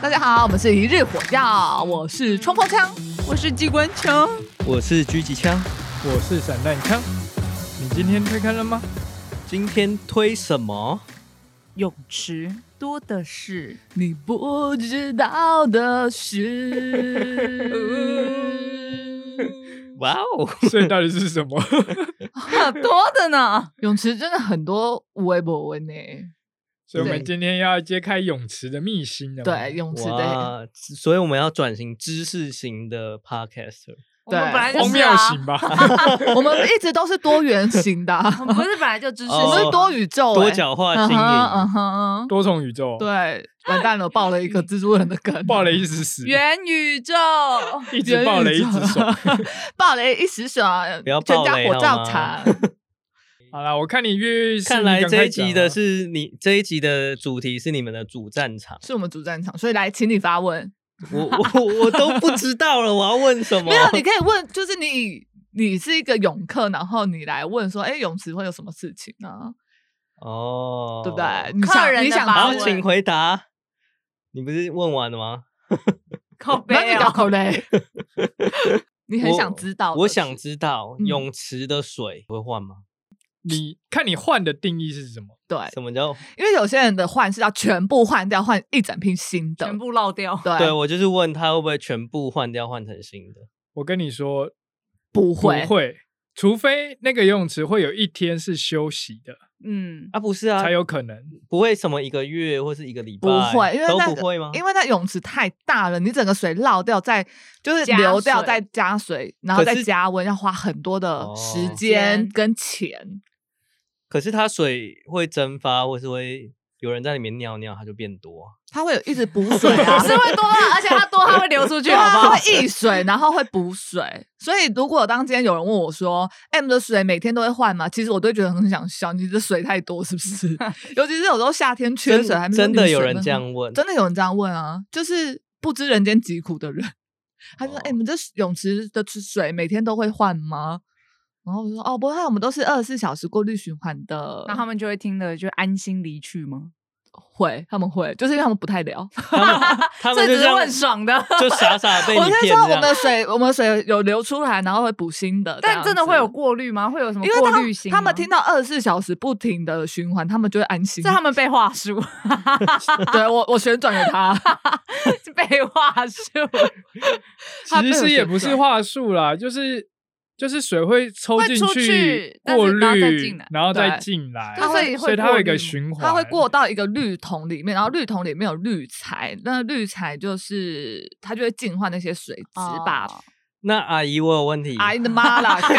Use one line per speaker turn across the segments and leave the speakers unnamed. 大家好，我们是一日火药，我是冲锋枪，
我是机关枪，
我是狙击枪。
我是散弹枪。你今天推开了吗？
今天推什么？
泳池多的是。
你不知道的 事，
哇哦！
所以到底是什么？
啊， 多的呢。
泳池真的很多无微不文呢。
所以我们
对
今天要揭开泳池的秘辛了。
对，，泳池的，
哇！所以我们要转型知识型的 podcaster。
我们
对
本来就
荒
是
谬
啊，
型 吧？
我们一直都是多元型 的啊，
我们不是本来就知识
我
哦
们是
型，
多宇宙欸，
多角化
嗯
经
哼嗯
营，
哼，
多重宇宙，，
对，完蛋了，爆了一个蜘蛛人的梗，
爆了一时屎，
元宇宙。
一直爆了一直爽。
爆雷一时爽，
不要
全
爆
家
雷
火
好
照
吗
常。
好啦，我看你跃跃欲试，
看来
你赶
这
快
一集
讲啊
的是你这一集的主题是你们的主 战场。
是我们主战场，所以来，请你发问。
我我我都不知道了，我要问什么？
没有，你可以问，就是你以你是一个泳客，然后你来问说，哎，泳池会有什么事情啊？
哦，
对不对？？你
客
想
人
你
的
想
发
好，
问
请回答。你不是问完了吗？
靠
不要
背
去搞
哦，
口雷。 你很
我
想知道的
我
是
想知道
嗯
泳池的水会换吗？
你看你换的定义是什么？
对，
什么叫？
因为有些人的换是要全部换掉，换一整批新的
全。部落掉。
对，
对我就是问他会不会全部换掉，换成新的？
我跟你说，
不
不
会，
会，除非那个游泳池会有一天是休息的，
嗯，
啊，不是啊，
才有可能。
不会什么一个月或是一个礼拜，
不会，因为
都
那
不
个
会吗？
因为那泳池太大了，你整个水绕掉，再就是
加
流掉，
水
再加水，然后
可
再
是
加温，要花很多的
哦
时
时
间
间
跟钱。
可是它水会蒸发，或是会有人在里面尿尿，它就变多。
它会有一直 补水啊，
是会多啊，而且它多，它会流 出去，
对
好
啊，
不
它
好？
会溢水，然后会补水。所以如果当今天有人问我说：“M 的水每天都会换吗？”其实我都会觉得很想笑，你的水太多是不是？ 尤其是有时候夏天缺水，
真
还没
真的有人
水
这样 问，
真的有人这样问啊，就是不知人间疾苦的人，他就说：“
哦
哎、你们这泳池的水每天都会换吗？”然后我就说：“哦，不会，我们都是二十四小时过滤循环的。”
那他们就会听了就安心离去吗？
会，他们会，就是因为他们不太聊。
他
这
们就
只
这
是
样
问爽的，
就傻傻被你
我是
骗
说，我
这
们
样。
的水，我们的水有流出来，然后会补新的，这
但
样
真的会有
子。
过滤吗？会有什么
因为
过
他
滤型吗？
他们听到二十四小时不停的循环，他们就会安心。
是他们背话术，
对我，我旋转给 他，
是背话术。
它没
其
有
实也
旋
不是
转
话术啦，就是就是水会抽
会
进
出去但
过
是然后再
滤
进来，
然后再
对
进来，
它
所以
所以
会
它会有一
过
个
滤
循环，
它会过到一个绿桶里面，然后绿桶里面有滤材，那滤材就是它就会净化那些水质吧。
哦
那阿姨，我有问题，
哎你的妈啦！ 干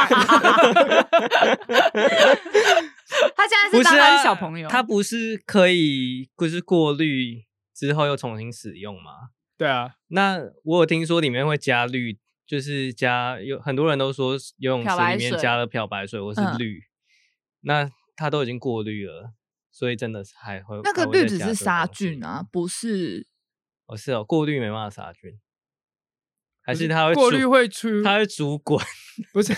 他现在
不是
是当
啊
他是小朋友，
它不是可以就是过滤之后又重新使用吗？
对啊，
那我有听说里面会加滤，就是加有很多人都说游泳池
漂白
里面
水
加了漂白水或是
嗯
氯，那它都已经过滤了，所以真的是还会
那个
还会再
滤纸
加
是
这
杀
东西
菌啊，不是
哦，是哦，过滤没办法杀菌，还
可
是它会
过
煮
滤会出，
它会煮滚
不是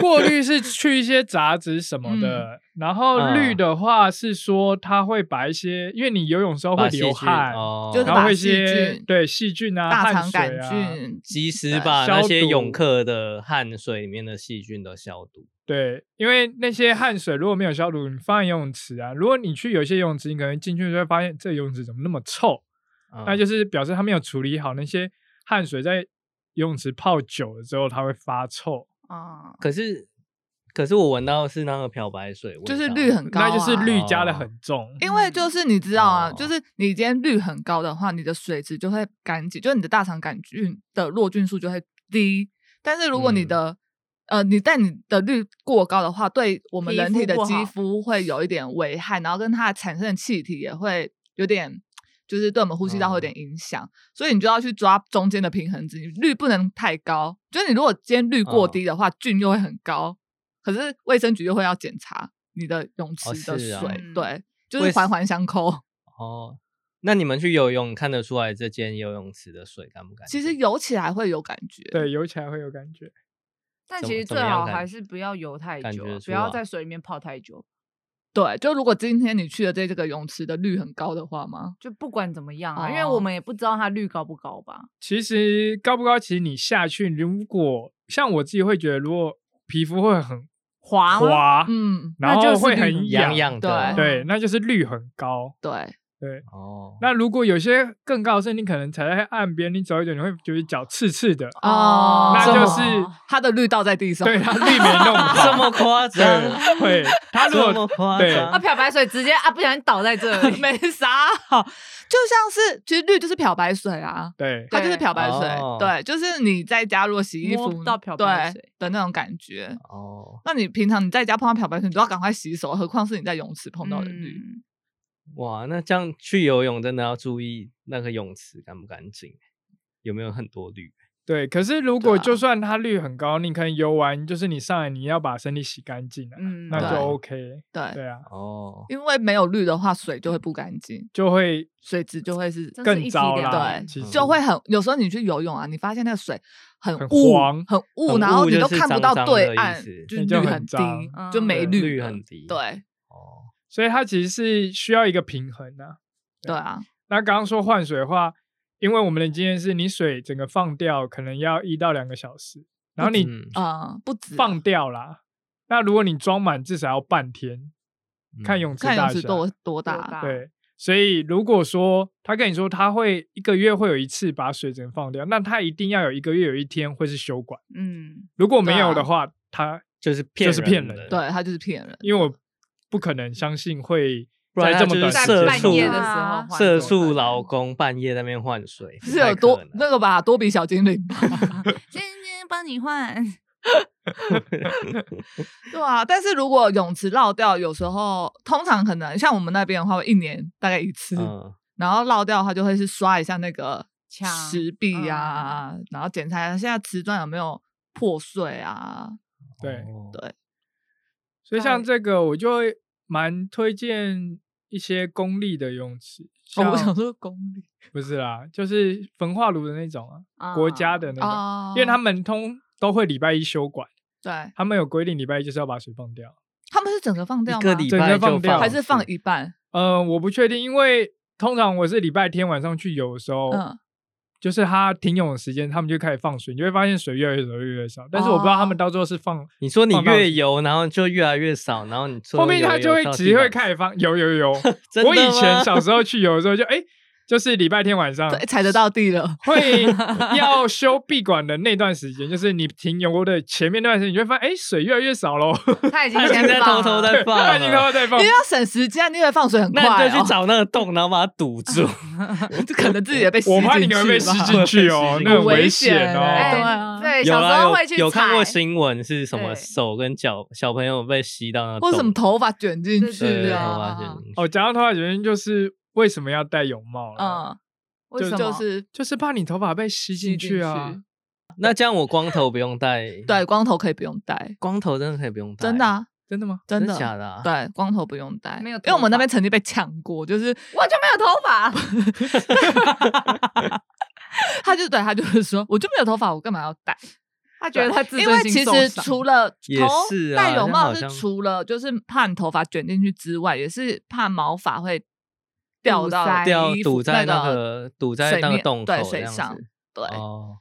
过滤是去一些杂质什么的，然后
嗯
滤的话是说它会把一些，因为你游泳时候
把
会
细
流
菌
汗，
哦，
就是
然后
把
会一
细
些
菌
对细菌啊、
大肠
汗
杆
水啊，
菌。
及时
对
把那
消
些泳
毒
客的汗水里面的细菌都消毒。
对，因为那些汗水如果没有消毒，你放在游泳池啊，如果你去有一些游泳池，你可能进去就会发现这游泳池怎么那么臭，
嗯
那就是是表示它没有处理好那些汗水在游泳池泡久了之后，它会发臭，
啊，
可是可是我闻到的是那个漂白水味道，
就是氯很高、啊，
那就是氯
啊
加的很重。
因为就是你知道啊，
哦
就是你今天氯很高的话，你的水质就会干净，就是你的大肠杆菌的落菌数就会低。但是如果你
嗯
的、呃，你但你的氯过高的话，对我们
皮
人
肤
体的
不
肌
好
肤会有一点危害，然后跟它产生的气体也会有点。就是对我们呼吸道会有
嗯
点影响，所以你就要去抓中间的平衡值。你氯不能太高，就是你如果今天氯过
嗯
低的话，菌又会很高。可是卫生局又会要检查你的泳池的
是
水，
啊
嗯
对，就是
为
环环相扣。
哦。那你们去游泳看得出来这间游泳池的水干不干净？
其实游起来会有感觉，
对，游起来会有感觉。
但
怎
其
么
实
怎
最
么样
好
感
还是不要游太
感
久
觉
啊，
出
不要
来
在水里面泡太久。
对，就如果今天你去的这这个泳池的率很高的话吗？
就不管怎么样啊，因为
哦
我们也不知道它率高不高吧。
其实高不高，其实你下去，如果像我自己会觉得，如果皮肤会很
滑吗
滑，
嗯，
然
那
后
就是
会
绿
很
很
痒
痒，
痒
对
的，
对，那就是率很高。
对，
对，
哦，
那如果有些更高的是，你可能踩在岸边，你走一走，你会觉得脚刺刺的，
哦
那
这么
就是
它的绿倒在地上，，
对，它力没弄好。
这么夸张，
对，会它如
这么
果
夸
对
啊，
张，
漂白水直接啊，不小心倒在这 里
没啥好，就像是其实绿就是漂白水啊，
对
它就是漂白水，
哦
对，就是你在家如果洗衣服
摸到漂
对
白水
的那种感觉。
哦，
那你平常你在家碰到漂白水，你都要赶快洗手，何况是你在泳池碰到的绿。
嗯
哇，那这样去游泳真的要注意那个泳池干不干净，有没有很多绿？
对。可是如果
对啊
就算它率很高，你可能游完，就是你上来你要把身体洗干净啊，
嗯
那
对
就 OK。
对，
对啊，
哦，
因为没有绿的话，水就会不干净，
就会
水质就会是
真是一
更
体
糟
两
啦。
面
其
嗯
实
就会很有时候你去游泳啊，你发现那个水很
很
雾
黄
很雾，
很
然后
雾
你
就
都
是
看不
脏
到
脏
对
的意
岸
思，
就
那
是
就
绿
很
很低
脏，
就没
嗯
绿
绿
了
很低
对
哦，
所以它其实是需要一个平衡啊。
对啊，
那刚刚说换水的话，因为我们的经验是你水整个放掉可能要一到两个小时，然后你
嗯
嗯，不止
放掉啦。那如果你装满，至少要半天，看
嗯
泳池
看泳
大
池
小
多。多大
大
对，所以如果说他跟你说他会一个月会有一次把水整个放掉，那他一定要有一个月有一天会是休管。
嗯，
如果没有
对
的
啊
话，他
就是骗
就是骗
人的，
人
对，他就是骗人。
因为我不可能相信会
不然
在这么
啊就是
短
在
时间
社
半
畜
夜的时
内
候
啊
换
色
手
素
环
老公半夜在那边换水，不
是
太
有
可
多
能
那个吧，多比小精 灵吧，
先先帮你换，
对啊。但是如果泳池绕掉，有时候通常可能像我们那边的话，会一年大概一次，
嗯，
然后绕掉的话就会是刷一下那个
墙
石壁啊，然后检查一下现在瓷砖有没有破碎啊。
对
哦
对
所以
大
像
概
这个，我就会蛮推荐一些公立的游泳池，
哦，我
像
想说公里
不是啦，就是焚化炉的那种啊，国
嗯
家的那种，
啊，
哦
因为他们通都会礼拜一休管，
对
他们有规定礼拜一就是要把水放掉。
他们是整个放掉
一
吗
个？礼
整
拜
个放
就
掉
还是放一半？
呃，我不确定，因为通常我是礼拜天晚上去游的时候，
嗯
就是他停泳的时间，他们就开始放水，你就会发现水越来越少，越来越少。但是我不知道他们
哦
到最后是放。
你说你
放到
越游，然后就越来越少，然后你最
后面
游
他
游
就会
到
只
地
会
板
开始放游游游，
真
我
的
以前
吗
小时候去游的时候就哎、就是礼拜天晚上
对，踩得到地了。
会要修闭馆的那段时间，就是你停油的前面那段时间，你就会发现，哎、水越来越少喽。
他已经
他已经
先
在
放
偷偷
了
在 放
它已经
了
都在放
因为，要省时间，你以为放水很啊快、哦，
那你就去找那个洞，然后把 它堵住。
就可能自己也被吸
我怕你
进
可能被
去
吸
吧。
进 去哦，
对
那很
很危
危
险
险
欸
哦。
啊
哎对，
有
小时
啦，
候
有
会去
有看过
踩
新闻是什么
对
手跟脚小朋友被吸到那个
或
洞，
者什么头发卷进
对
去
对，头
啊
发，卷进去
哦，讲到头发原因就是为什么要戴泳帽啊？
嗯，
为
就
什么？
就是
就是怕你头发被吸
吸
进去
进
啊。
那这样我光头不用戴，
对，光头可以不用戴，
光头真的可以不用戴，
真的、啊，
真的吗？
真
哎的
的。
假的啊？
对，光头不用戴，
没有
因为我们那
头发
边曾经被抢过，就是
我就没有头发，
他就对他就是说，我就没有头发，我干嘛要戴？
他 觉
对啊
得他自
因为
尊心
其
受
实
伤
除了
也
头
是啊
戴泳
那
帽
好
是
像
除了就是怕你头发卷进去之外，也是怕毛发会掉
堵
到
塞
掉
衣服
堵在
那
个堵在
水
那个
面
洞口
对
这
水
样子
上，对
哦，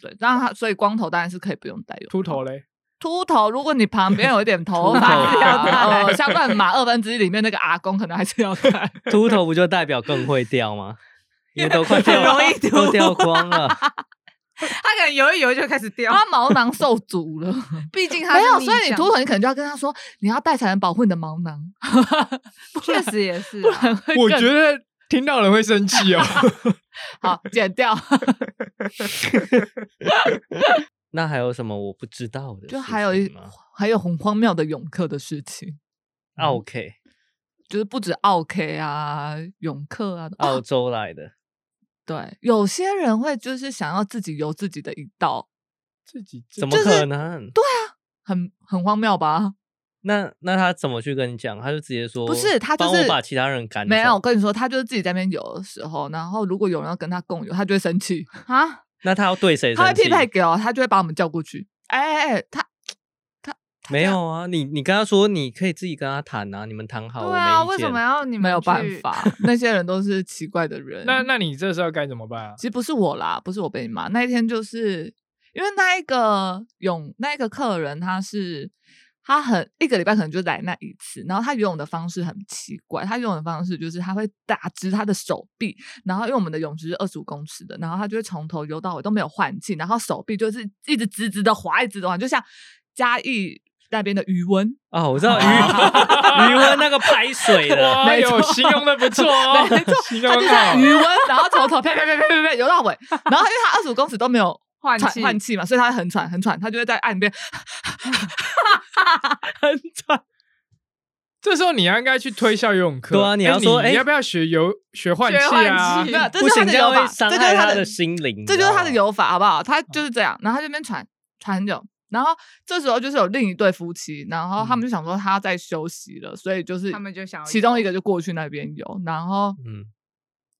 对，然后他所以光头当然是可以不用戴泳帽
秃头嘞？
秃头，如果你旁边有一点头发
秃头哦
啊，呃，相关码二分之一里面那个阿公可能还是要 戴。
秃头不就代表更会掉吗？因为都快掉，
容易秃
都掉光了。
他可能游一游就开始掉，
他毛囊受阻 了，
啊毕竟他
没有，
是
所以你
逆向
秃头，你可能就要跟他说，你要戴才能保护你的毛囊，
确实也是
不
啊，
然会
我
更
觉得听到人会生 气哦。
好剪掉。
那还有什么我不知道的事情
就
吗？
还有一还有很荒谬的泳课的事情，
啊
嗯
OK，
就是不止奥 K 啊、泳课啊，哦、
澳洲来的，
对，有些人会就是想要自己游自己的一道，
自己
怎么可能？
很很荒谬吧？
那那他怎么去跟你讲？他就直接说
不是他就
帮我
是
把其他人赶走。
没有，我跟你说，他就是自己在那边游的时候，然后如果有人要跟他共游，他就会生 气，
啊，
那他要对谁生
他会
气？
匹配给我，他就会把我们叫过去。哎哎哎，他他
没有啊，你你跟他说，你可以自己跟他谈啊，你们谈好。
对
我没
啊，
意
为什
见
么要你们
没有办
去？
法，那些人都是奇怪的人。
那那你这时候该怎 么办啊
其？实不是我啦，不是我被你骂，那一天就是因为那一个泳那一个客人他是。他很一个礼拜可能就来那一次，然后他游泳的方式很奇怪，他游泳的方式就是他会打直他的手臂，然后因为我们的泳池是二十五公尺的，然后他就会从头游到尾都没有换气，然后手臂就是一直直直的滑，一直的滑，就像嘉义那边的余 温，
啊？我知道 余余温那个排水的，
哇
没错
有形容的不错哦，
没错
形
他
容
就
得好哦
像余温，然后从头啪啪啪啪啪啪游到尾，然后因为他二十五公尺都没有
换
喘
气，
换气嘛，所以他很喘很喘，他就会在岸边很喘。
这时候你应该去推销游泳课，
对啊你要说
哎，
哎
你要不要学游学换气
学
啊
换气？
没有，这
不
就是他的
行，这
游
样会
法，
伤
这就是
害
他
他
的，
心灵，哦嗯
这就是他的
有
游法，好不好？他就是这样，然后他这边喘喘很久，然后这时候就是有另一对夫妻，然后
嗯
他们就想说他在休息了，所以就是
他们就想要
其中一
游
个就过去那边游，然后
嗯，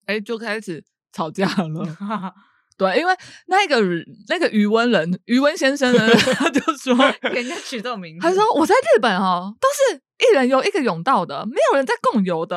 哎就开始吵架了。对，因为那个人那个余文人，余文先生呢， 他就说，
给人家取这种名字，
他说我在日本哦，都是一人游一个泳道的，没有人在共游的，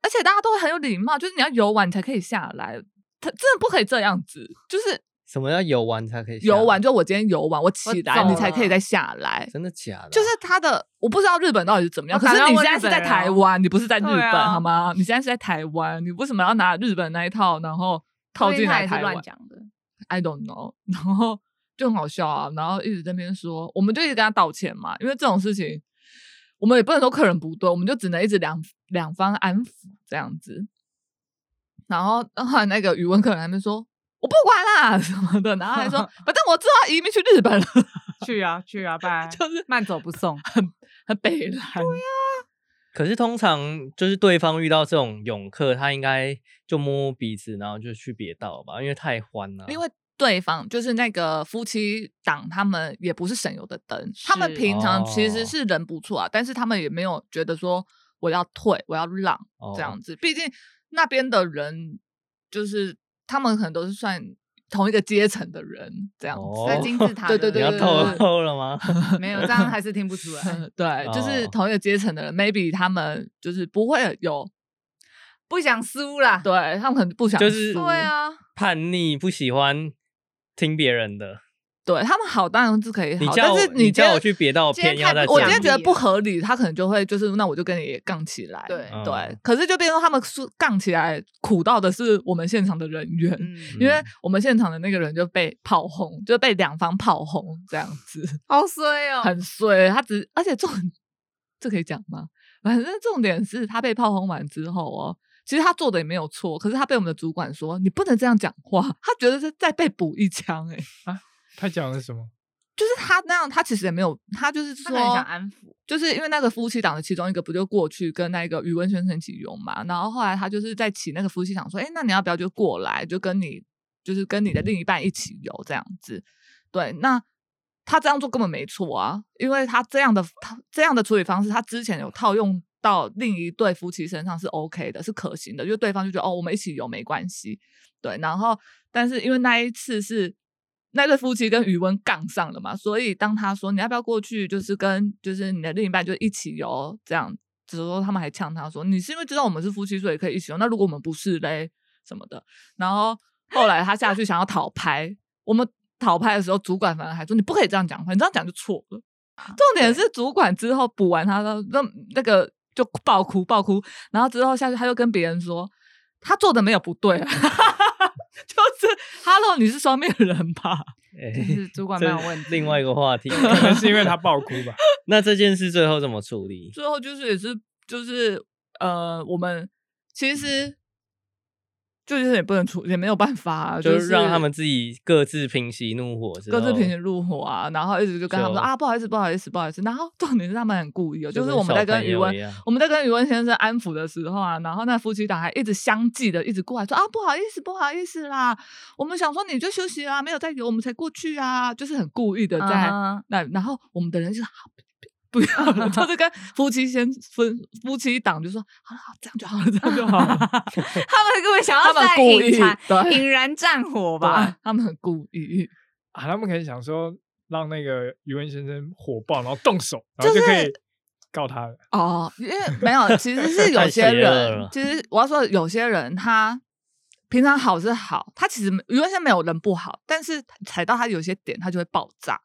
而且大家都很有礼貌，就是你要游完才可以下来，他真的不可以这样子，就是
什么要游玩才可以下
游完
来？
就我今天游完，我起来
走
你才可以
了
再下来。
真的假的？啊
就是他的，我不知道日本到底是怎么样。
我
可
打
是
算
你
问
现在
日
是
本
在
人
台
哦
湾，你不是在日
对
本、
啊
好吗？你现在是在台湾，你为什么要拿日本那一套，然后
说
套
不定
进
他
来
也是
台湾
乱？讲的，
I don't know，然 后就很好笑啊，然后一直在那边说，我们就一直跟他道歉嘛，因为这种事情我们也不能说客人不对，我们就只能一直两两方安抚这样子。然后后来那个语文客人还没说，我不管啦什么的，然后 还说，反正我知道移民去日本了，
去啊去啊，拜，
就是
慢走不 送，
很北啊蓝。
可是通常就是对方遇到这种泳客，他应该就摸摸鼻子，然后就去别道了吧，因为太欢了。
啊因为对方就是那个夫妻档，他们也不是省油的灯，他们
是
平常其实
哦
是人不错啊，但是他们也没有觉得说我要退，我要让
哦
这样子。毕竟那边的人就是他们可能都是算同一个阶层的人这样子。
哦
在金字塔的
对
你
对
要
对
透
对
露了吗？
没有这样还是听不出来。
对，就是
哦
同一个阶层的人，maybe 他们就是不会有，
不想输啦。
对他们可能不想
就是
输
对啊，
叛逆，不喜欢听别人的。
对他们好当然是可以
你
好，
叫
但
我
是
你
今
叫
天
我去别道，
今天
偏要
看
在
不
我
这
今
里
天觉得
力
不
了
合理，他可能就会就是那我就跟你杠起来，
对
对
嗯，
可是就变成他们说杠起来，苦到的是我们现场的人员，
嗯，
因为我们现场的那个人就被炮轰，就被两方炮轰这样子，
好衰哦，
很衰。他只而且重 这可以讲吗？反正重点是他被炮轰完之后哦。其实他做的也没有错，可是他被我们的主管说你不能这样讲话，他觉得是在被补一枪哎、
他讲的是什么？
就是他那样，他其实也没有，他就是
他
说
可能想安抚，
就是因为那个夫妻档的其中一个不就过去跟那个余文先生一起游嘛，然后后来他就是在请那个夫妻档说，哎，那你要不要就过来，就跟你就是跟你的另一半一起游这样子？对，那他这样做根本没错啊，因为他这样的他这样的处理方式，他之前有套用到另一对夫妻身上是 OK 的，是可行的，就对方就觉得哦，我们一起游没关系，对，然后但是因为那一次是那对夫妻跟余温杠上了嘛，所以当他说你要不要过去，就是跟就是你的另一半就一起游这样，之后他们还呛他说你是因为知道我们是夫妻所以可以一起游，哦那如果我们不是嘞什么的，然后后来他下去想要讨拍，我们讨拍的时候，主管反而还说你不可以这样讲话，你这样讲就错了。重点是主管之后补完他的那那个就爆哭爆哭，然后之后下去他就跟别人说他做的没有不对、啊， 就是哈喽，你是双面人吧？
就
嗯
哎，
是主管
这
蛮有问题。
另外一
个，
个话题。
可能是因为他爆哭吧。
那这件事最后怎么处理？
最后就是也是就是呃，我们其实就是也不能处，也没有办法啊、
就是让他们自己各自平息怒火之后，
各自平行入伙啊，然后一直就跟他们
就
说啊，不好意思，不好意思，不好意思。然后重点是他们很故意哦，就是
跟
我们
小
在跟
朋
余
友
文
一样
我们在跟余文先生安抚的时候啊，然后那夫妻档还一直相继的一直过来说啊，不好意思，不好意思啦，我们想说你就休息啊啦，没有再游，我们才过去啊，就是很故意的在、
嗯 哼
那，然后我们的人就说。啊 不不不要了，就是跟夫妻先分夫妻档就说好了，好这样就好了，这样就好了。
他们根本 想
他
要
们
在
故
引
意
燃
对
引燃战火吧
对？他们很故意，
啊，他们可能想说，让那个余文先生火爆，然后动手，然后就可以告他了。
哦，因为没有，其实是有
太
些
邪恶
人
了，
其实我要说，有些人他平常好是好，他其实没余文先生没有人不好，但是踩到他有些点，他就会爆炸，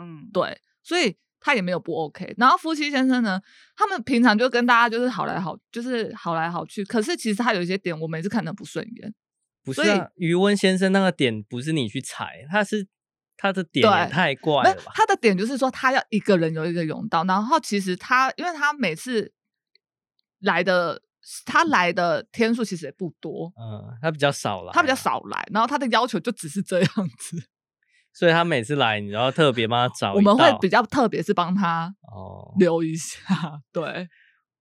嗯，
对，所以他也没有不 OK。然后夫妻先生呢，他们平常就跟大家就是好来好，就是好来好去，可是其实他有一些点，我每次看的不顺眼，
不是
所以
啊余温先生那个点不是你去踩，他是他的点也
对
太怪
没有
了吧？
他的点就是说，他要一个人有一个甬道，然后其实他，因为他每次来的他来的天数其实也不多，
嗯，他比较少啊了，
他比较，少来，然后他的要求就只是这样子。
所以他每次来，你都要特别帮他找一道。
我们会比较特别是帮他
哦，
留一下， 对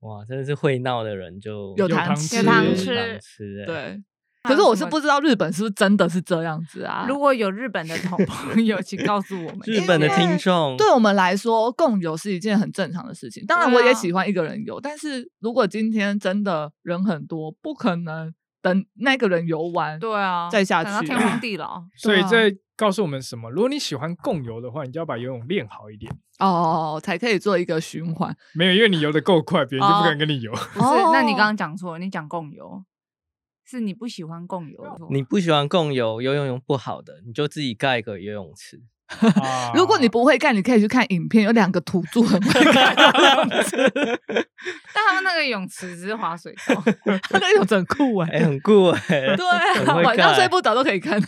哇，真的是会闹的人就
有
有
糖
糖
吃，
吃
有糖吃
糖吃欸，
对。
还
可
有
是我
什
是
么
不知道日本是不是真的是这样子啊？
如果有日本的同朋友，请告诉我们。
日本的
因为
听众
对我们来说，共游是一件很正常的事情。当然，我
对
也
啊
喜欢一个人游，但是如果今天真的人很多，不可能等那个人游完，
对啊，
再下
等到
去
天荒地 老。
所以
啊
这告诉我们什么？如果你喜欢共游的话，你就要把游泳练好一点。
哦，才可以做一个循环。
没有，因为你游的够快，别人就不敢跟 你游。
不是，那你
哦
刚刚讲错了，你讲共游，是你不喜欢共游。
你不喜欢共游，游泳不好的，你就自己盖一个游泳 池。
啊
如果你不会干，你可以去看影片，有两个土著很会干，
但他们那个泳池只是滑水 道，
他 那种整酷哎、
哎、很酷哎、
对啊，
很会
晚上
干
睡不着都可以看。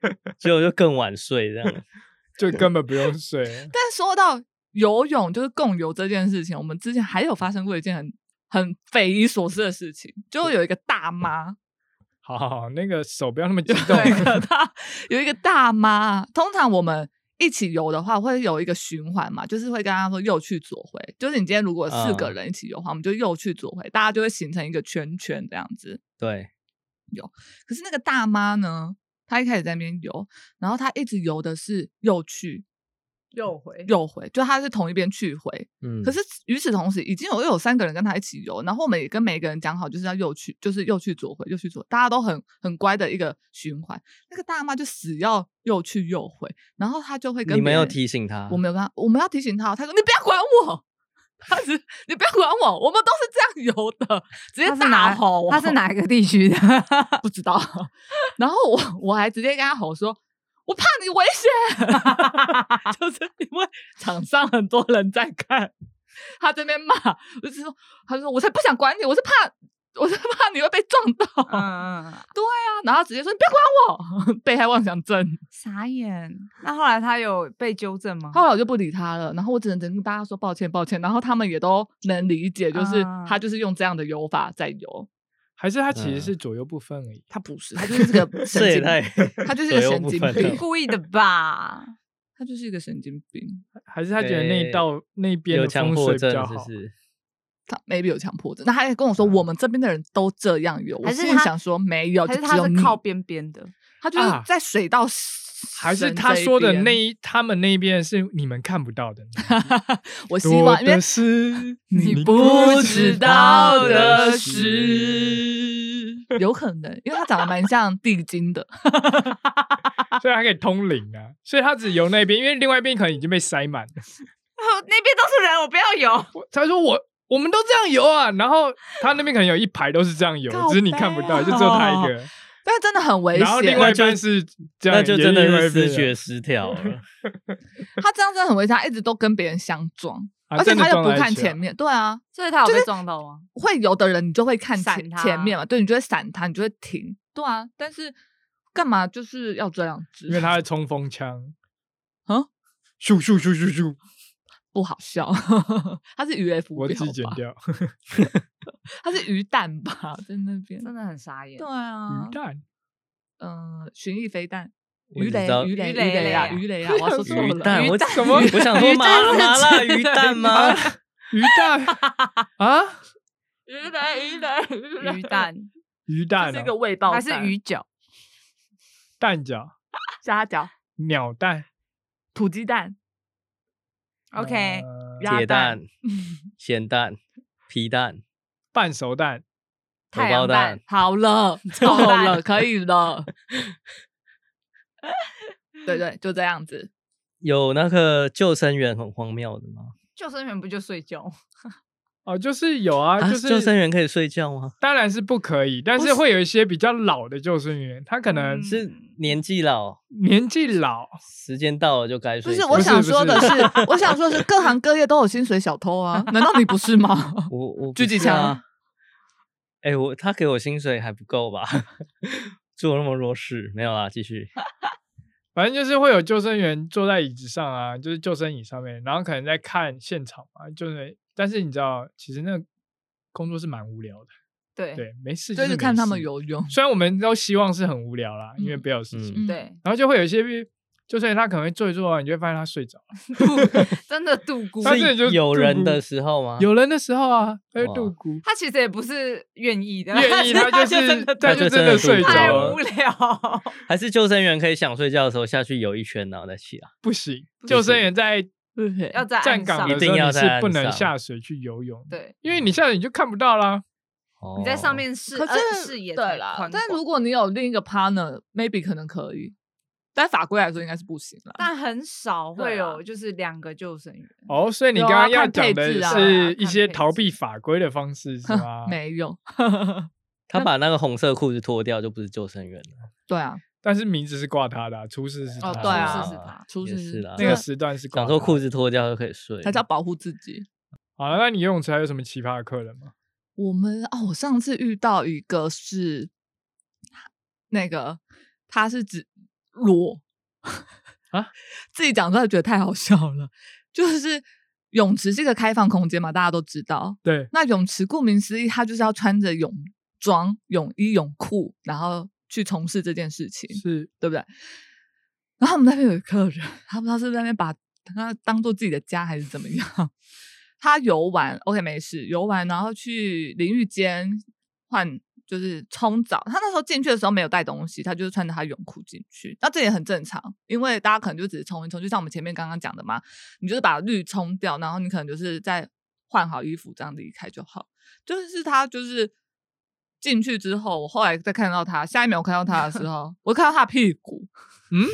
但
结果就更晚睡这 样。
就根本不用睡。
说到游泳，就是共游这件事情，我们之前还有发生过一件很很匪夷所思的事情，就有一个大妈，
好好好，那个手不要那么激动。
有 一个大有一个大妈，通常我们。一起游的话，会有一个循环嘛，就是会跟他说右去左回，就是你今天如果四个
嗯
人一啊起游的话，我们就右去左回，大家就会形成一个圈圈这样子。
对，
可是那个大妈呢，她一开始在那边游，然后她一直游的是右去
又回
右回，就她是同一边去回。
嗯，
可是与此同时，已经有又有三个人跟她一起游，然后我们也跟每一个人讲好，就是要右去，就是右去左回，右去左，大家都很很乖的一个循环。那个大妈就死要右去右回，然后她就会跟
你
别
没有
人
提醒他，
我没有跟他，我们要提醒他，他说你不要管我。 他是你不要管我，我们都是这样游的， 直接
他是
大
哪
吼哦。
他是哪一个地区的？
不知道。 然后我我还直接跟他吼说：“我怕你危险， 就是因为场上很多人在看，他这边骂，我就说，他就说我才不想管你，我是怕。”我是怕你会被撞到，
嗯嗯，嗯
啊然后直接说你不要管我，被害妄想症。
傻眼。那后来他有被纠正吗？
后来我就不理他了，然后我只能跟大家说抱歉抱歉，然后他们也都能理解，就是
啊
他就是用这样的游法在游，
还是他其实是左右不分而已。
嗯他不是，他就是个神
这也
经
太
病，他就是个
左右
神
不
经
分
病
了
故意的 吧？
他就是一个神经病。
还是他觉得那
对
一道那边
有
的
强
风
迫
水比
症
较
是
好
不。是？
他 maybe 有强迫症，那他也跟我说
嗯
我们这边的人都这样有，我
还是
心里
他
想说没有，
还
就是只
他
有
是
你
靠边边的？
他就是
啊
在水到
还是
神
他
这一
说的
边
那一他们那边是你们看不到的，
我希望，因
多
为
的是
你不知道的事， 有可能，因为他长得蛮像地精的，
所以他可以通灵啊，所以他只游那边，因为另外一边可能已经被塞满。
那边都是人，我不要游。
我他说我我们都这样游啊，然后他那边可能有一排都是这样游
靠，
只是你看不到，
背啊
就只有他一个。
但是真的很危
然后
险
另。外一
那就
半是这
哦
样，
那就
也
真的
另外
是
一边
失觉失调了。
他这样真的很危险，他一直都跟别人相撞，而
啊
且
真的
他又
撞
不
在一
看
起啊
前面。对啊，
所以他有
就是
被撞到 吗？
会游的人，你就会看
闪
前
他
前面嘛，对，你就会闪他，你就会停。对啊，但是干嘛就是要这样子？
因为他的冲锋枪，
啊，
咻咻咻咻咻，
不好笑， 他是鱼 F
我自己剪
吧？
掉
他是鱼蛋吧，在那边。
真的很傻眼
对。啊
鱼，蛋。
嗯、巡弋飞弹，
我
鱼
只
雷
知道，
鱼雷，
鱼雷
雷啊，
雷啊
鱼雷啊，我要说错
鱼
了，
蛋，
鱼
我
蛋
怎么？我想说
鱼
麻
蛋是
麻辣
指
鱼蛋吗？
鱼蛋 啊，
鱼雷，鱼雷，
鱼， 蛋
鱼
这
蛋
是一
啊
个，味爆
还
弹，
是鱼饺？
蛋饺、
虾饺、
鸟蛋、
土鸡蛋、
OK
呃
鸭
铁
蛋
蛋、咸蛋、皮蛋、
半熟蛋、
荷
太阳
包蛋
蛋、
好了，
臭
够
蛋
了，可以了。对对，就这样子。
有那个救生员很荒谬的吗？
救生员不就睡觉？
哦，就是有啊，
啊
就是
救生员可以睡觉吗？
当然是不可以，但是会有一些比较老的救生员，他可能
嗯
是年纪老，
年纪老，
时间到了就该
不
睡
是，
觉。
我想说的
不
是，我想说的是，各行各业都有薪水小偷啊，难道你不是吗？
我我
狙击枪。
啊哎、我他给我薪水还不够吧？ 做那么多事没有啦，继续。
反正就是会有救生员坐在椅子上啊，就是救生椅上面，然后可能在看现场嘛，就是但是你知道，其实那个工作是蛮无聊的，
对
对，没 事
就是
是
看
没
他们
事，
游泳，
虽然我们都希望是很无聊啦，因为
嗯
不要有事情，
嗯
对，
然后就会有一些救生员他可能会坐一坐啊，你就会发现他睡着了，
真的度 孤。
他这里就
有
度
人
孤
的时候吗？
有人的时候啊，他就
哇
度 孤，
他其实也不是愿意的，
愿 意他
他
就是
真的
他
就
就
真
真
的
的
度
睡
孤
太
着了
无， 聊。
还是救生员可以想睡觉的时候下去游一圈，然后再起来。
不行，
不
救生
行
员在
对不对？
要在
站
岸
岗
上
的
一
时
定
候
要
你
在
是
岸
不能
上
下水去游泳的，
对，
因为你下水你就看不到啦。
你在上
哦
面视
可
呃
是
视野
对
才
啦
宽，
但
广
如果你有另一个 partner，maybe 可能可以，但法规来说应该是不行啦。
但很少
对
会
啊
有就是两个救生员。
哦，所以你
有
刚
啊
刚要
看
讲
配
的
置啊
是一
看
些
配
逃
置
避法规的方 式是吗？
没有，
他把那个红色裤子脱掉，就不是救生员了。
对啊，
但是名字是挂他的啊，厨师是
哦对
他的
啊
厨师是他
厨
也
师
是啦。
那个
这
时段是挂
想说
他
裤
的。
子脱掉就可以睡，
啊才叫保护自己。
好了，那你游泳池还有什么奇葩的客人吗？
我们哦，我上次遇到一个是那个，他是指裸
啊，
自己讲出来觉得太好笑了。就是泳池是一个开放空间嘛，大家都知道。
对，
那泳池顾名思义，他就是要穿着泳装、泳衣、泳裤，然后去从事这件事情，
是
对不对？然后我们那边有一个客人，他不知道是不是在那边把他当做自己的家还是怎么样。 他游完，OK 没事，游完然后去淋浴间换，就是冲澡。他那时候进去的时候没有带东西，他就是穿着他泳裤进去。那这也很正常，因为大家可能就只是冲一冲，就像我们前面刚刚讲的嘛，你就是把绿冲掉，然后你可能就是再换好衣服这样离开就好。就是他就是进去之后，我后来再看到他，下一秒我看到他的时候，我看到他的屁股，
嗯，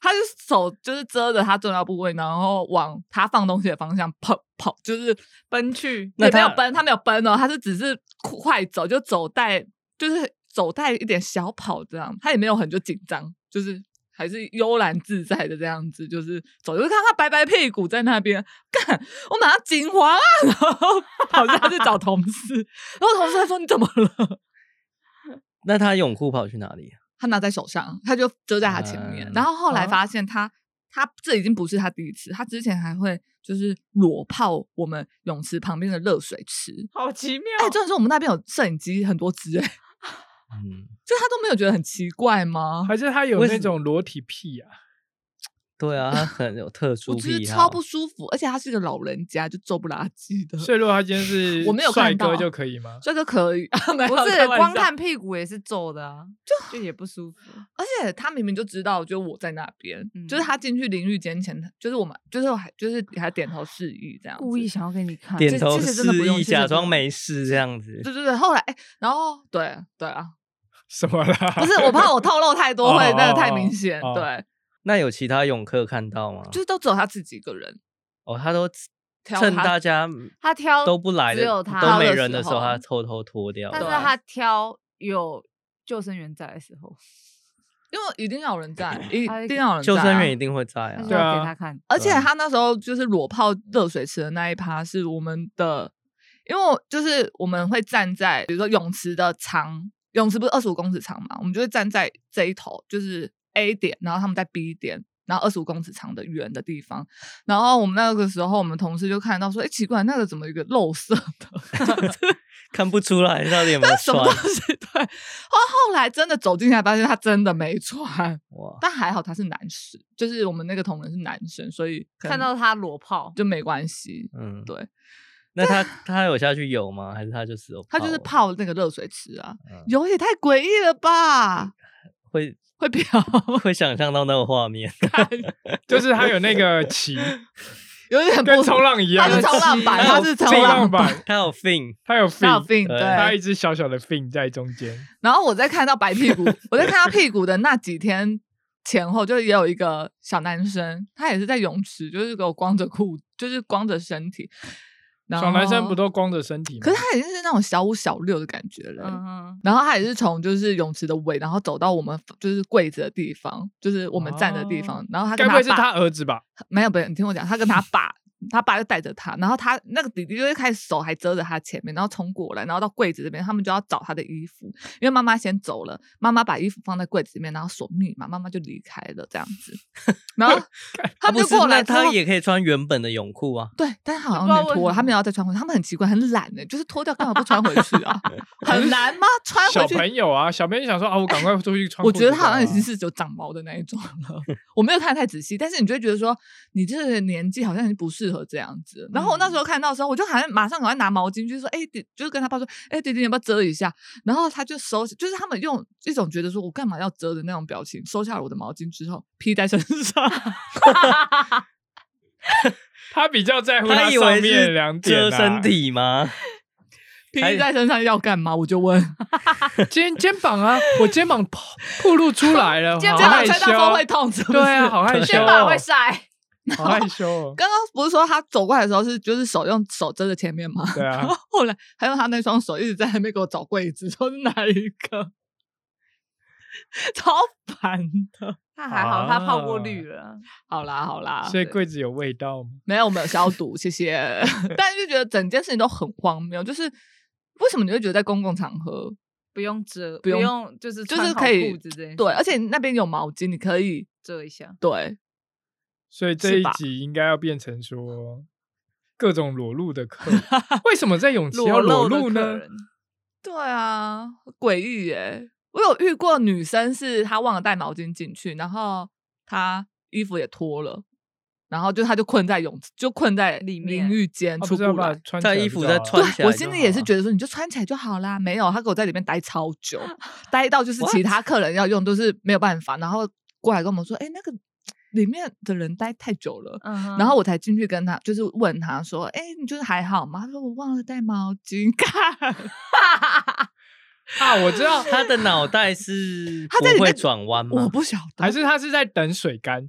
他就手就是遮着他重要部位，然后往他放东西的方向跑跑，就是奔去。
那
也没有
他
奔，他没有奔哦，他是只是快走，就走带，就是走带一点小跑这样，他也没有很就紧张，就是。还是悠然自在的这样子，就是走，就是看他白白屁股在那边干，我马上惊慌啊，然后 跑下去找同事， 然后同事还说你怎么了？
那他泳裤跑去哪里？啊
他拿在手上，他就遮在他前面。
嗯
然后后来发现他，他这已经不是他第一次，他之前还会就是裸泡我们泳池旁边的热水池。
好奇妙
哎、真的是我们那边有摄影机很多只、哎，
嗯，
就他都没有觉得很奇怪吗？
还是他有
为
那
什
种裸体癖 啊？
对啊，他很有特殊
我觉得
癖
超
好。
不舒服，而且他是一个老人家，就皱不拉几的。
所以如果他今天是
我没有
帅
看
哥
到
就可以 吗？
这个可以，没有
不
开
是
玩
光
笑
看屁股也是皱的啊，就就也不舒服。啊
而且他明明就知道，就我在那边，
嗯
就是他进去淋浴间前，就是我们，就是我还就是给他点头示意这样子，
故意想要给你看，
点
啊这
头
这些真的不
示
用
意，
这些
假
真的
装
不
没事这样子。
对对对，后来哎、然后对对啊，
什么啦？
不是我怕我透露太
哦
多会那个太
哦
明显，
哦
对，
那有其他泳客看到吗？
就是都只有他自己一个人，
哦，他都
挑
趁
他
大家
他挑
都不来的，
只有他
都没
的
人啊
时
的时候，
候
他偷偷脱掉。
但是
对
他挑有救生员在的时候，
因为一定要有人 在，一
他
定要有人在
救
啊、
生员一定会在
他
啊
就
对啊
要给他看。
而且他那时候就是裸泡热水池的那一趴是我们的，因为我就是我们会站在比如说泳池的长，泳池不是二十五公尺长嘛，我们就会站在这一头，就是 A 点，然后他们在 B 点。然后二十五公尺长的圆的地方，然后我们那个时候，我们同事就看到说：“哎，奇怪，那个怎么有一个肉色 的？
看不出来到底有没有
那什么
穿
东。 西？”对。然后后来真的走进来，发现他真的没穿，
哇，
但还好他是男士，就是我们那个同仁是男生，所以可能
看到他裸泡，
就没关系。
嗯，
对。
那他他有下去游吗？还是他就只有
他就是
了
泡那个热水池啊，
嗯
有也太诡异了吧？
会
会飘，
会想象到那个画面，
就是他有那个 鳍，
有点
跟
不
冲浪一样，
他是冲浪板
他
他是
冲
冲
浪
浪
板，
他有 fin，
他有
到
fin，
病
对
他
对
一。只小小的 fin 在中间。
然后我在看到白屁股，我在看他屁股的那几天前后，就是也有一个小男生，他也是在泳池，就是给我光着裤，就是光着身体。然
小男生
后
不都光着身体吗？
可是他已经是那种小五小六的感觉了。
嗯哼，
然后他也是从就是泳池的尾，然后走到我们就是柜子的地方，就是我们站的地方。然后他
哦该
跟
不
他
会是
爸
他儿子吧？
没有没有，你听我讲，他跟他爸，他爸就带着他，然后他那个弟弟就会开始手还遮着他前面，然后冲过来，然后到柜子这边，他们就要找他的衣服，因为妈妈先走了，妈妈把衣服放在柜子里面，然后锁密码，妈妈就离开了这样子，然后他
啊
们
不，
就是过
那
来之后
他。也可以穿原本的泳裤啊。
对，但是好像
不知道
没
为
脱了，
什
他们也要再穿回去。他们很奇怪，很懒的、就是脱掉干嘛不穿回去啊？很难吗？穿回
小
去
朋友啊，小朋友想说啊，我赶快出去穿
我
裤
觉
子
得
吧。
他好像已经是有长毛的那一种了， 我没有看太仔细，但是你就会觉得说，你这个年纪好像已经不适合这样子了。然后我
嗯
那时候看到的时候，我就好像马上赶快拿毛巾，就是说，哎、弟，就是跟他爸说，哎、弟弟你要不要遮一下？然后他就收起，就是他们用一种觉得说我干嘛要遮的那种表情，收下了我的毛巾之后披在身上，
他比较在乎
他以为
上面两
是
点
遮
啊
身，体吗？
披
哎
还
在身上要干嘛？我就问，
肩肩膀啊，我肩膀暴暴露出来了，
肩
好
这样
害
膀
吹
羞。
到风会痛，是不是
对啊，好害羞
肩
哦，
膀 会晒。
好害 羞哦。
刚刚不是说他走过来的时候是就是手用手遮着前面吗？
对啊
然后，后来还用他那双手一直在那边给我找柜子，说是哪一个，超烦的。
那还好，他泡过绿
啊
了。
好啦好啦，
所以柜子有味道吗？
没有我们有消毒，谢 谢。但是就觉得整件事情都很荒谬，就是为什么你会觉得在公共场合
不用遮，
不
不
用
用就是
就
穿
是
好
可以
裤子这件事
对，而且那边有毛巾，你可以
遮一下，
对
所以这
是
一
吧
集应该要变成说各种裸露的客，为什么在泳池要裸
裸的
露
客
呢？
人
对啊，诡异耶！我有遇过女生是她忘了带毛巾进去，然后她衣服也脱了。然后就她就困在泳池，就困在
里
淋
面
浴间
啊
出不
不是要
来
把，穿
在
起来
衣
就
服
好
再
了
穿起
对，
来
我
就
心里也
好
是
了
觉得说，你就穿起来就好啦。没有，他给我在里面待超久，待到就是其他客人要用都是没有办法，然后过来跟我们说，哎、那个里面的人待太久了。
嗯哼，
然后我才进去跟他，就是问他说：“哎、你就是还好吗？”他说：“我忘了带毛巾。”看，
啊，我知道，
他的脑袋是
他在里
不会
面
转弯吗？
我不晓得，
还是他是在等水干，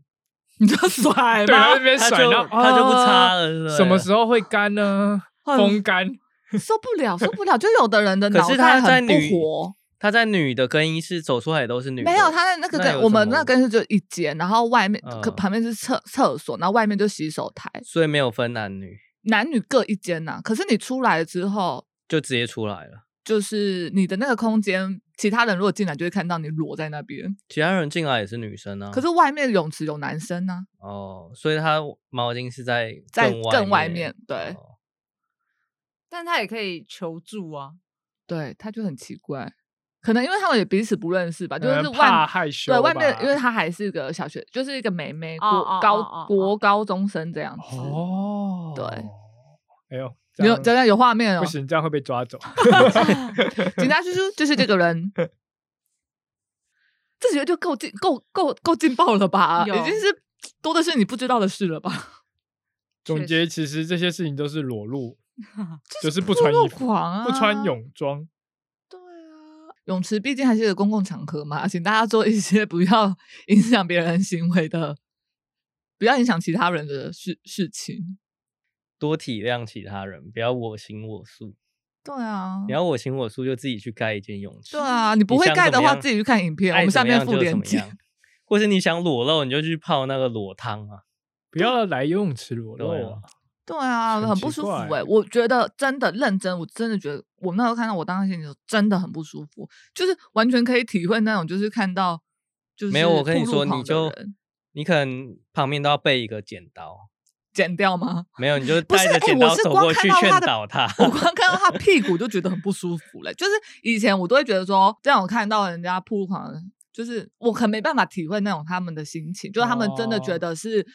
你 就甩
对，他
吗
在？那边
他
甩，
就
然后
他就不
哦
啊
擦了，对不对
什么时候会干呢？
很
风干，
受不了，受不了！就有的人的
可
脑
是
袋
他在
很不
女
活，
他在女的更衣室走出来都是女的，
没有，他在那个
那有
跟
什
我们
么
那跟是就一间，然后外面、可
嗯
旁边是厕厕所，然后外面就洗手台。
所以没有分男女，
男女各一间呐、可是你出来之后，
就直接出来了。
就是你的那个空间，其他人如果进来就会看到你裸在那边。
其他人进来也是女生啊，
可是外面泳池有男生啊呢、
哦，所以他毛巾是在
在
更
更
外
外面对
哦
但他也可以求助啊，
对，他就很奇怪，可能因为他们也彼此不认识吧，就
可
是
能呃怕
外
害羞
对
吧，
外面，因为他还是个小学，就是一个美眉国
哦哦哦
高、
哦哦
国高中生这样子。
哦，
对，
哎呦，这
你有
样
真的有画面哦
不！行，这样会被 抓走。
警察叔叔就是这个 人，这觉就够劲够够够劲爆了吧？已
有
经是多的是你不知道的事了吧？
总结，
确实
其实这些事情都是 裸露，就是不
不
穿衣服，
狂啊，
不穿。泳装。
对啊，泳池毕竟还是一个公共场合嘛，请大家做一些不要 影响别人行为的，不要影响其他人的事事情。
多体谅其他人，不要我行我素。
对啊
你，要我行我素，就自己去盖一间泳池。
对啊，你不会
想
盖
怎
的
么
话，
样
自己去看影片，我
爱
们
怎
下
么
面
样
附
就怎
链
么
接
样。或是你想裸露，你就去泡那个裸汤啊。
不要来游泳池裸
对
露
啊
啊！
对啊，
很
很
奇
不舒服
怪
哎、我觉得真的认真，我真的觉得我那时候看到我当时心情真的很不舒服，就是完全可以体会那种，就是看到就是
没有，我跟你
吐露
说，
狂
你
的
就
人
你可能旁边都要备一个剪刀，
剪掉吗？
没有你就
不是
带着
哎
剪
我
刀
是
走
光
过
看
去
到
劝
他的
导他。
啊
我光看到他屁股就觉得很不舒服嘞。就是以前我都会觉得说，这样我看到人家铺路狂的人，就是我很没办法体会那种他们的心情，就是他们真的觉
哦
得是。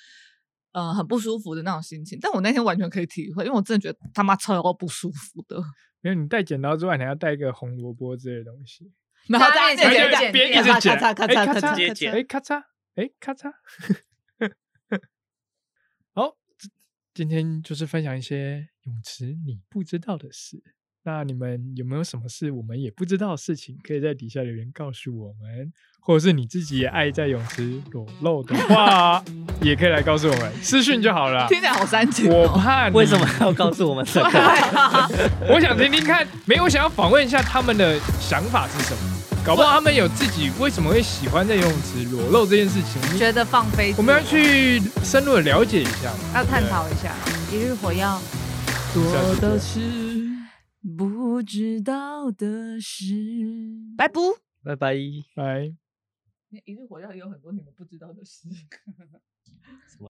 呃，很不舒服的那种心情，但我那天完全可以体会，因为我真的觉得他妈超不舒服的。
没有，你带剪刀之外，你还要带一个红萝卜之类的东西，
然后
在
在
面
而
剪前就
且
剪
哎别一
掉
直剪，
咔嚓咔
哎
嚓咔嚓
咔
咔
嚓，
直接
嚓，
剪
哎咔嚓，哎咔嚓。 好，今天就是分享一些泳池你不知道的事。那你们有没有什么事我们也不知道的事情，可以在底下留言告诉我们，或者是你自己也爱在泳池裸露的话， 也可以来告诉我们，私讯就 好了。
听起来好煽情
我
哦。
怕你
为什么要告诉我们 这个？
我想听听看，没有，我想要访问一下他们的想法是什么。搞不好他们有自己为什么会喜欢在游泳池裸露这件事情，
觉得放飞自
我们要
我
去深入的了解一下嘛。
要探讨一下，一日嗯火药。
我的是
不知道的事，
哎
白布。
拜拜。
来，
一日火药也有很多你们不知道的事。